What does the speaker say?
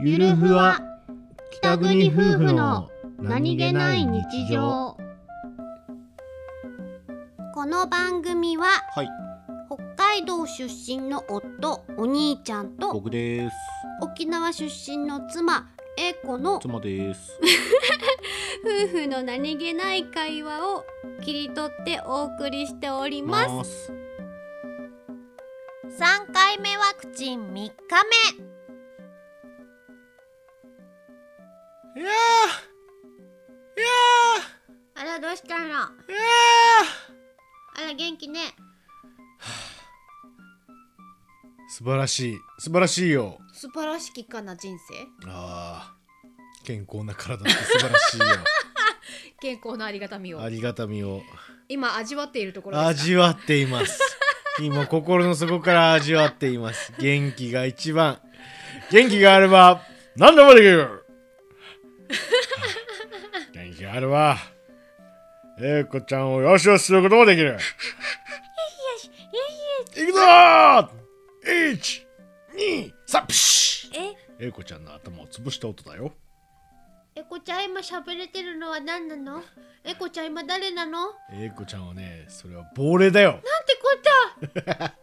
ゆるふわ北国夫婦のこの番組ははい北海道出身の夫お兄ちゃんと僕です沖縄出身の妻英子の夫妻です婦の何気ない会話を切り取ってお送りしておりますす3回目ワクチン3日いやーいや目あらどうしたのーあいやら元気ねー素晴らしい素晴らしいよ素晴らしきかな人生あー健康な体って素晴らしい よ健康のありがたみをありがたみを今味わっているところですか味わっています今心の底から味わっています元気が一番元気があれば何でもできる元気があれば英子ちゃんをよしよしすることもできるいくぞー一二三プシュえ英子ちゃんの頭を潰した音だよエコちゃん今喋れてるのは何なのエコちゃん今誰なのなんて英子ちゃんはねそれは亡霊だよこった